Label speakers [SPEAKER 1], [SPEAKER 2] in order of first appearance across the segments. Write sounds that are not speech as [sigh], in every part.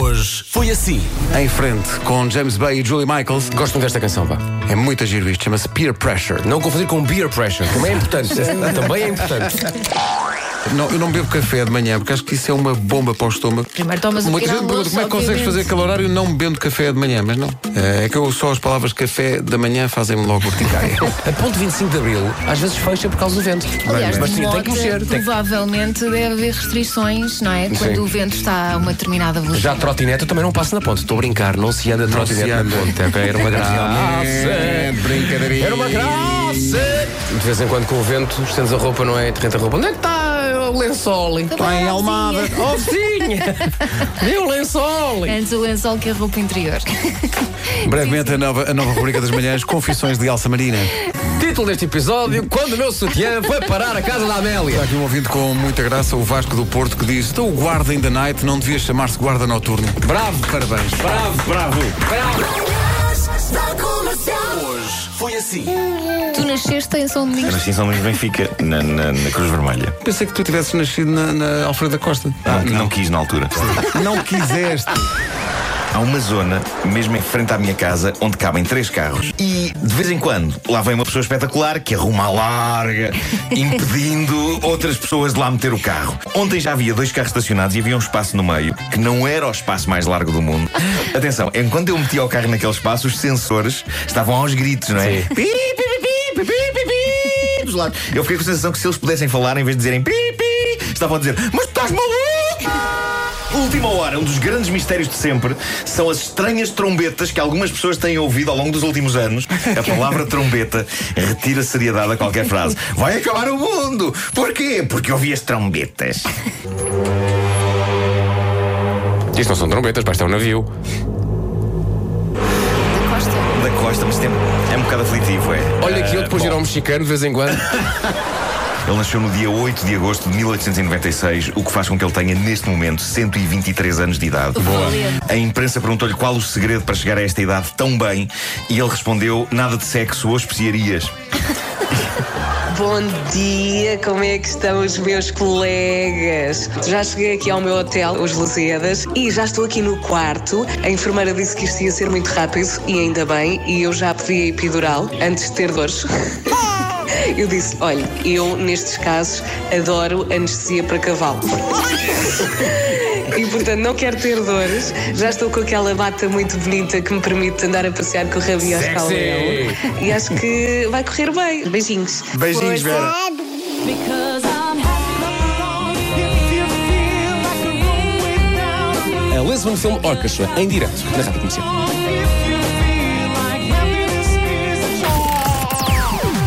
[SPEAKER 1] Hoje foi assim. Em frente com James Bay e Julie Michaels.
[SPEAKER 2] Gosto muito desta canção, vá.
[SPEAKER 1] É muito giro isto, chama-se Peer Pressure.
[SPEAKER 2] Não confundir com beer pressure. Também é importante. Também é importante.
[SPEAKER 1] Não, eu não bebo café de manhã porque acho que isso é uma bomba para o estômago.
[SPEAKER 3] Primeiro tomas um
[SPEAKER 1] Muita gente
[SPEAKER 3] pequeno
[SPEAKER 1] me pergunta
[SPEAKER 3] almoço,
[SPEAKER 1] como é que consegues
[SPEAKER 3] obviamente.
[SPEAKER 1] fazer aquele horário não bebendo café de manhã, mas não. É que eu só as palavras café da manhã fazem-me logo urticária.
[SPEAKER 2] A ponte 25 de Abril às vezes fecha por causa do vento.
[SPEAKER 3] Aliás,
[SPEAKER 2] mas
[SPEAKER 3] de
[SPEAKER 2] tem, tem
[SPEAKER 3] moda,
[SPEAKER 2] que mexer. Tem que-
[SPEAKER 3] provavelmente deve haver restrições, não é? Quando o vento está a uma determinada velocidade.
[SPEAKER 2] Já a trotinete eu também não passo na ponte. Estou a brincar, não se anda trotinete
[SPEAKER 1] se
[SPEAKER 2] na
[SPEAKER 1] anda.
[SPEAKER 2] ponte. ok? Era uma [laughs] graça.
[SPEAKER 1] brincadeirinha.
[SPEAKER 2] Era uma graça. De vez em quando com o vento, estendes a roupa, não é? Terrenta a roupa. Onde é que está o lençol? Está em Almada. Oh, vizinha! Meu lençol!
[SPEAKER 3] é Antes o lençol que a
[SPEAKER 2] [laughs]
[SPEAKER 3] roupa interior.
[SPEAKER 1] Brevemente a nova, a nova rubrica das manhãs, Confissões de Alça Marina.
[SPEAKER 2] Título deste episódio: Quando o meu sutiã foi parar a casa da Amélia.
[SPEAKER 1] Está aqui um ouvinte com muita graça, o Vasco do Porto, que diz: Então o guarda in the night não devia chamar-se guarda noturno.
[SPEAKER 2] Bravo,
[SPEAKER 1] Parabéns.
[SPEAKER 2] bravo, bravo, bravo.
[SPEAKER 3] tu nasceste em São
[SPEAKER 4] Eu
[SPEAKER 3] Domingos.
[SPEAKER 4] nasci em São Luís de Benfica, na, na- na Cruz Vermelha.
[SPEAKER 1] Pensei que tu tivesses nascido na, na Alfredo da Costa.
[SPEAKER 4] Não, Ah, não quis na altura.
[SPEAKER 1] Não quiseste.
[SPEAKER 4] Há uma zona, mesmo em frente à minha casa, onde cabem três carros. E de vez em quando lá vem uma pessoa espetacular que arruma a larga, impedindo outras pessoas de lá meter o carro. Ontem já havia dois carros estacionados e havia um espaço no meio que não era o espaço mais largo do mundo. Atenção, enquanto eu metia o carro naquele espaço, os sensores estavam aos gritos, não é? Pi, pi, pi, pi, pi, pi, pi, dos lados. Eu fiquei com a sensação que se eles pudessem falar, em vez de dizerem pi, pi, estavam a dizer: Mas tu estás maluco! Última hora, um dos grandes mistérios de sempre são as estranhas trombetas que algumas pessoas têm ouvido ao longo dos últimos anos. A palavra trombeta retira seriedade a qualquer frase. Vai acabar o mundo! Porquê? Porque ouvi as trombetas.
[SPEAKER 2] Isto não são trombetas, basta um navio.
[SPEAKER 3] Da Costa.
[SPEAKER 4] Da Costa, mas tem, é um bocado aflitivo, é.
[SPEAKER 2] Olha que eu
[SPEAKER 4] Ah,
[SPEAKER 2] depois de
[SPEAKER 4] bom,
[SPEAKER 2] ir ao mexicano de vez em quando.
[SPEAKER 4] Ele nasceu no dia 8 de agosto de 1896, o que faz com que ele tenha, neste momento, 123 anos de idade.
[SPEAKER 3] Boa. Valente.
[SPEAKER 4] A imprensa perguntou-lhe qual o segredo para chegar a esta idade tão bem e ele respondeu: nada de sexo ou especiarias.
[SPEAKER 5] Bom dia, como é que estão os meus colegas? Já cheguei aqui ao meu hotel, os Lusíadas, e já estou aqui no quarto. A enfermeira disse que isto ia ser muito rápido, e ainda bem, e eu já pedi a epidural antes de ter dores. Eu disse, olha, eu nestes casos adoro anestesia para cavalo. E portanto não quero ter dores. Já estou com aquela bata muito bonita que me permite andar a passear com o rabinho aos
[SPEAKER 2] Sexy!
[SPEAKER 5] caldeirão. E acho que vai correr bem. Beijinhos.
[SPEAKER 1] Beijinhos, Vera.
[SPEAKER 2] A Lisbon Film Orchestra, em direto, na Rádio Comercial.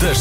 [SPEAKER 6] Das